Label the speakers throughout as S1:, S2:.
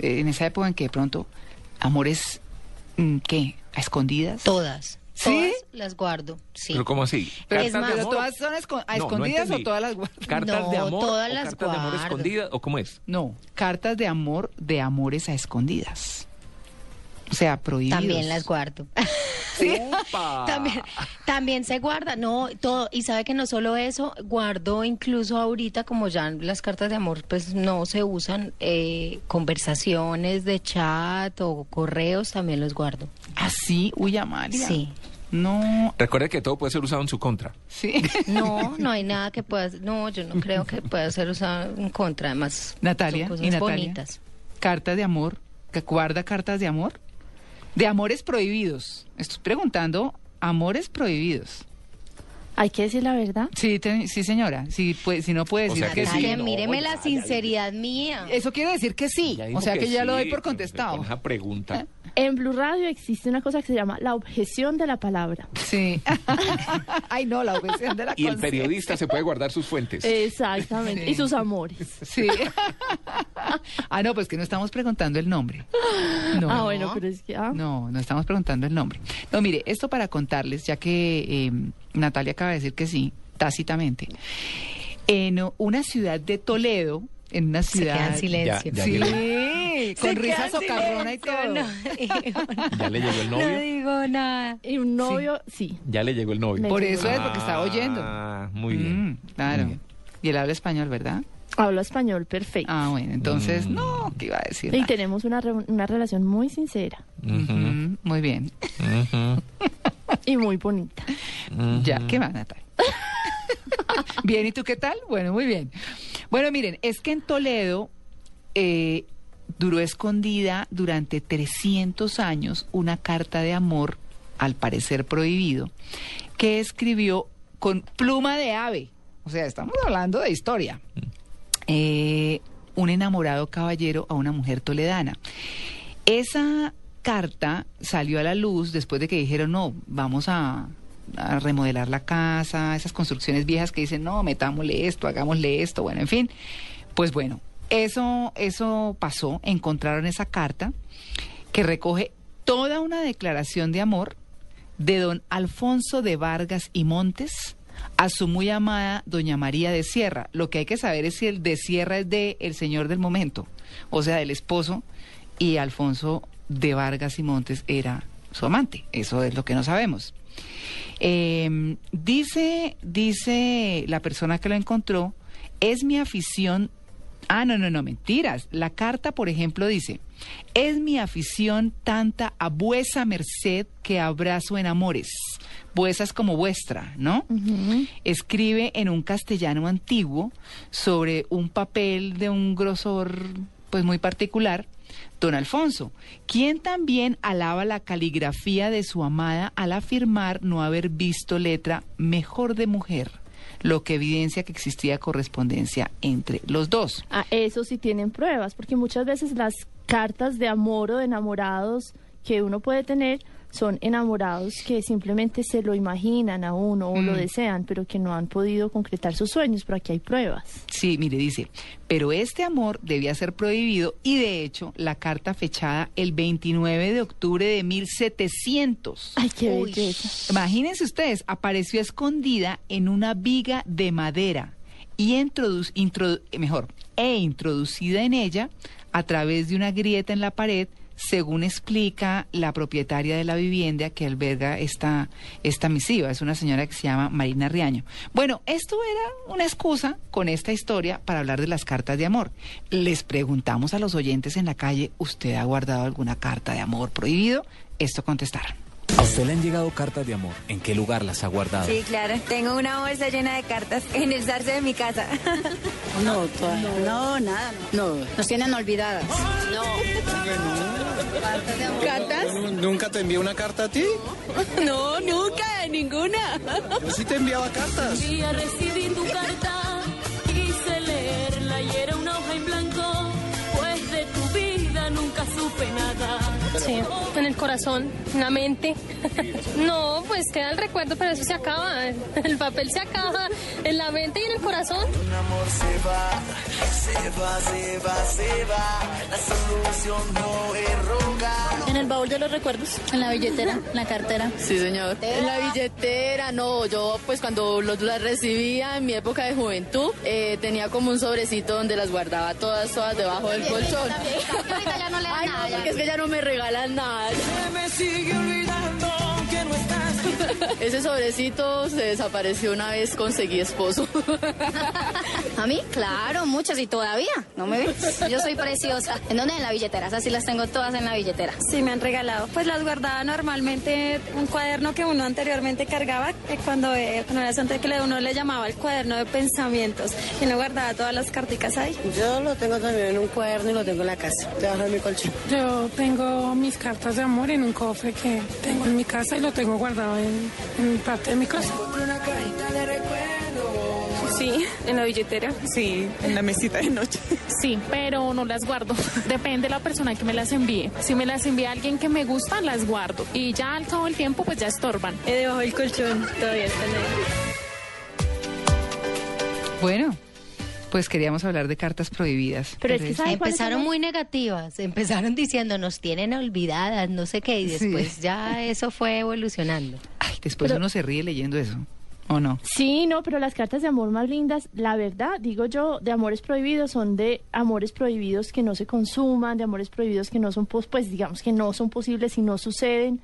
S1: en esa época en que de pronto, amores, mm, ¿qué? ¿A escondidas?
S2: Todas.
S1: ¿Sí?
S2: Todas las guardo. Sí.
S3: ¿Pero cómo así?
S1: Pero,
S2: Es más-
S1: pero
S2: amor?
S1: todas son esco- a
S3: No, no
S1: escondidas o
S3: entendí.
S1: todas las guardas.
S3: ¿Cartas
S2: No,
S3: de amor
S2: todas
S3: o
S2: las
S3: cartas de amor
S2: guardo.
S3: escondidas o cómo es?
S1: No, cartas de amor de amores a escondidas. O sea, prohibidas.
S2: También las guardo.
S3: ¡Opa!
S2: También, también se guarda, no, todo. Y sabe que no solo eso, guardo incluso ahorita, como ya las cartas de amor, pues no se usan, eh, conversaciones de chat o correos también los guardo.
S1: ¿Así? ¿Ah, Uy, Amalia.
S2: Sí.
S1: No,
S3: Recuerde que todo puede ser usado en su contra.
S1: sí.
S2: No, no hay nada que pueda, no, yo no creo que pueda ser usado en contra, además. son
S1: Natalia,
S2: cosas
S1: ¿y Natalia?
S2: bonitas.
S1: cartas de amor, que guarda cartas de amor, de amores prohibidos. Estoy preguntando amores prohibidos.
S4: Hay que decir la verdad.
S1: Sí, te- sí señora, si pues, si no puede
S3: O
S1: decir
S3: sea
S1: que
S3: que
S1: sí.
S2: Natalia,
S3: no,
S2: míreme
S3: ya,
S2: la
S3: ya
S2: sinceridad mía.
S1: Eso quiere decir que sí,
S3: Ya dijo
S1: o sea que, ya lo doy
S3: sí,
S1: por
S3: con-
S1: contestado.
S3: Con esa pregunta.
S4: En Blue Radio existe una cosa que se llama la objeción de la palabra.
S1: Sí. Ay, no, la objeción de la
S3: Y el
S1: conciencia.
S3: periodista se puede guardar sus fuentes.
S1: Eh,
S4: Exactamente.
S1: Sí.
S4: Y sus amores.
S1: Sí. ah, no, pues que no estamos preguntando el nombre. No.
S4: Ah, bueno, pero es que. ah.
S1: No, no estamos preguntando el nombre. No, mire, esto para contarles, ya que eh, Natalia acaba de decir que sí, tácitamente. En o- una ciudad de Toledo, en una
S2: Se queda
S1: ciudad...
S2: en silencio.
S3: Ya
S1: Sí,
S3: que
S1: con
S2: Se
S1: risa
S2: queda en
S1: socarrona y todo.
S2: silencio, no.
S3: ¿Ya le llegó el
S2: No
S3: novio?
S2: digo nada.
S4: Y un novio, sí.
S3: Ya le llegó el novio.
S4: Me-
S1: Por eso es porque estaba
S3: está
S1: oyendo.
S3: Ah, muy bien.
S1: Mm, claro.
S3: Muy bien.
S1: Y él habla español, ¿verdad?
S4: Habla español perfecto.
S1: Ah, bueno,
S3: Mm.
S1: entonces, no, ¿qué iba a decir?
S4: y
S1: nada.
S4: tenemos una, re- una relación muy sincera
S1: Mm, muy bien.
S3: Ujú,
S4: y muy bonita.
S3: ujú.
S1: Ya, ¿qué más, Natal? bien, ¿y tú qué tal? Bueno, muy bien. Bueno, miren, es que en Toledo eh, duró escondida durante 300 años una carta de amor, al parecer prohibido, que escribió con pluma de ave. O sea, estamos hablando de historia. Eh, un enamorado caballero a una mujer toledana. Esa carta salió a la luz después de que dijeron, no, vamos a, a remodelar la casa, esas construcciones viejas que dicen, no, metámosle esto, hagámosle esto, bueno, en fin. Pues bueno, eso, eso pasó, encontraron esa carta que recoge toda una declaración de amor de don Alfonso de Vargas y Montes a su muy amada doña María de Sierra. Lo que hay que saber es si el de Sierra es de el señor del momento, o sea, del esposo, y Alfonso de Vargas y Montes era su amante. Eso es lo que no sabemos. Eh, dice, dice la persona que lo encontró, es mi afición. Ah, no, no, no, mentiras. La carta, por ejemplo, dice, es mi afición tanta a vuesa merced que abrazo en amores. Vuesas como vuestra, ¿no?
S4: Ujú.
S1: Escribe en un castellano antiguo sobre un papel de un grosor, pues muy particular, don Alfonso, quien también alaba la caligrafía de su amada al afirmar no haber visto letra mejor de mujer, lo que evidencia que existía correspondencia entre los dos.
S4: Ah, eso sí tienen pruebas, porque muchas veces las cartas de amor o de enamorados que uno puede tener son enamorados que simplemente se lo imaginan a uno o lo
S1: Mm.
S4: desean, pero que no han podido concretar sus sueños, pero aquí hay pruebas.
S1: Sí, mire, dice, pero este amor debía ser prohibido y de hecho la carta fechada el 29 de octubre de 1700.
S4: Ay, qué
S2: Uy.
S4: belleza.
S1: Imagínense ustedes, apareció escondida en una viga de madera y introdu- introdu- eh, mejor, e introducida en ella a través de una grieta en la pared, según explica la propietaria de la vivienda que alberga esta, esta misiva. Es una señora que se llama Marina Riaño. Bueno, esto era una excusa con esta historia para hablar de las cartas de amor. Les preguntamos a los oyentes en la calle, ¿usted ha guardado alguna carta de amor prohibido? Esto contestaron.
S5: ¿A usted le han llegado cartas de amor? ¿En qué lugar las ha
S3: Ah.
S5: guardado?
S6: Sí, claro. Tengo una bolsa llena de cartas en el zarce de mi casa.
S7: No, todavía. No, nada. No. Nos tienen olvidadas.
S6: ¿Cartas?
S8: ¿Nunca te envié una carta a ti?
S6: No, nunca, ninguna.
S8: Yo sí te enviaba cartas.
S9: día recibí tu carta, quise leerla y era una hoja en blanco, pues de tu vida nunca supe nada.
S10: Sí, en el corazón, en la mente. No, pues queda el recuerdo, pero eso se acaba. El papel se acaba en la mente y en el corazón.
S11: Un amor se va, se va, se va, se va. La solución no es rogar.
S12: En el baúl de los recuerdos, en la billetera, en la cartera.
S13: Sí, señor. En la billetera, no, yo pues cuando los- las recibía en mi época de juventud, eh, tenía como un sobrecito donde las guardaba todas, todas debajo del colchón. Ay, no, porque es que ya no me regalan nada.
S11: Me sigue olvidando que no estás.
S13: Ese sobrecito se desapareció una vez conseguí esposo.
S7: ¿A mí? Claro, muchas y todavía. ¿No me ves? Yo soy preciosa. ¿En dónde? En la billetera. Así las tengo todas en la billetera.
S12: Sí, me han regalado. Pues las guardaba normalmente un cuaderno que uno anteriormente cargaba, que cuando, eh, cuando era antes que le- uno le llamaba el cuaderno de pensamientos. Y no guardaba todas las carticas ahí.
S7: Yo lo tengo también en un cuaderno y lo tengo en la casa. Debajo de mi colchón.
S14: Yo tengo mis cartas de amor en un cofre que tengo en mi casa y lo tengo guardado en, en parte de mi casa.
S15: Sí, en la billetera. Sí, en la mesita de noche.
S16: Sí, pero no las guardo. Depende de la persona que me las envíe. Si me las envía alguien que me gusta, las guardo. Y ya al cabo del tiempo, pues ya estorban.
S12: Eh, Debajo del colchón todavía están ahí.
S1: Bueno, pues queríamos hablar de cartas prohibidas.
S2: empezaron muy negativas, empezaron diciendo nos tienen olvidadas, no sé qué, y
S1: Sí.
S2: después ya eso fue evolucionando.
S1: Después
S4: Pero-
S1: uno se ríe leyendo eso, ¿o no?
S4: Sí, no, pero las cartas de amor más lindas, la verdad, digo yo, de amores prohibidos son de amores prohibidos que no se consuman, de amores prohibidos que no son, pos- pues digamos que no son posibles y no suceden,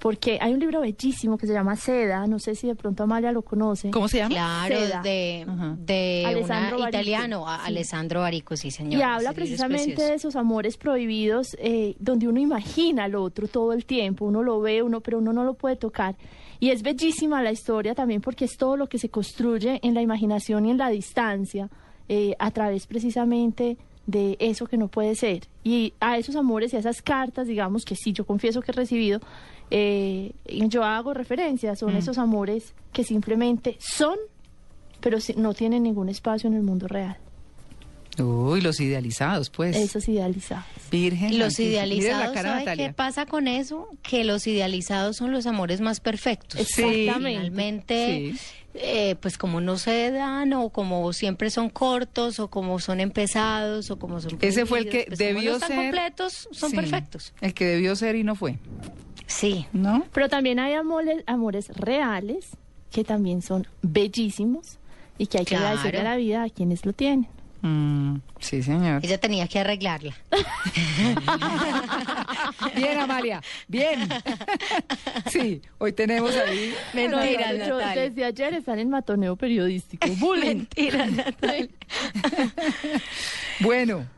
S4: porque hay un libro bellísimo que se llama Seda, no sé si de pronto Amalia lo conoce.
S1: ¿Cómo se llama?
S2: Claro,
S4: Seda.
S2: de, de
S4: Alessandro
S2: una
S4: Barico,
S2: italiano, a-
S4: sí.
S2: Alessandro Barico, sí señor.
S4: Y
S2: ese libro
S4: habla
S2: es
S4: precisamente
S2: precioso.
S4: de esos amores prohibidos eh, donde uno imagina al otro todo el tiempo, uno lo ve, uno, pero uno no lo puede tocar. Y es bellísima la historia también porque es todo lo que se construye en la imaginación y en la distancia eh, a través precisamente de eso que no puede ser. Y a esos amores y a esas cartas, digamos que sí, yo confieso que he recibido, eh, y yo hago referencia, son
S1: Mm.
S4: esos amores que simplemente son, pero si- no tienen ningún espacio en el mundo real.
S1: Uy, los idealizados, pues.
S4: Esos idealizados.
S1: Virgen.
S2: Los
S1: santísima. Mire
S2: idealizados,
S1: la cara,
S2: ¿sabe
S1: Natalia.
S2: qué pasa con eso? Que los idealizados son los amores más perfectos.
S4: Exactamente.
S2: Finalmente,
S4: Sí.
S2: eh, pues como no se dan o como siempre son cortos o como son empezados o como son
S1: Ese fue el que
S2: prohibidos, pues como no
S1: debió
S2: están
S1: ser.
S2: completos, son
S1: Sí,
S2: perfectos.
S1: El que debió ser y no fue.
S2: Sí.
S1: ¿No?
S4: Pero también hay amores, amores reales que también son bellísimos y que hay que
S2: Claro.
S4: agradecer a la vida a quienes lo tienen.
S1: Mm, sí, señor.
S2: Ella tenía que arreglarla.
S1: Bien, Amalia. Bien. sí, hoy tenemos ahí.
S2: Mentira,
S4: No, yo-
S2: Natalia.
S4: Desde ayer están en matoneo periodístico. Bullying.
S2: Mentira, Natalia.
S1: Bueno.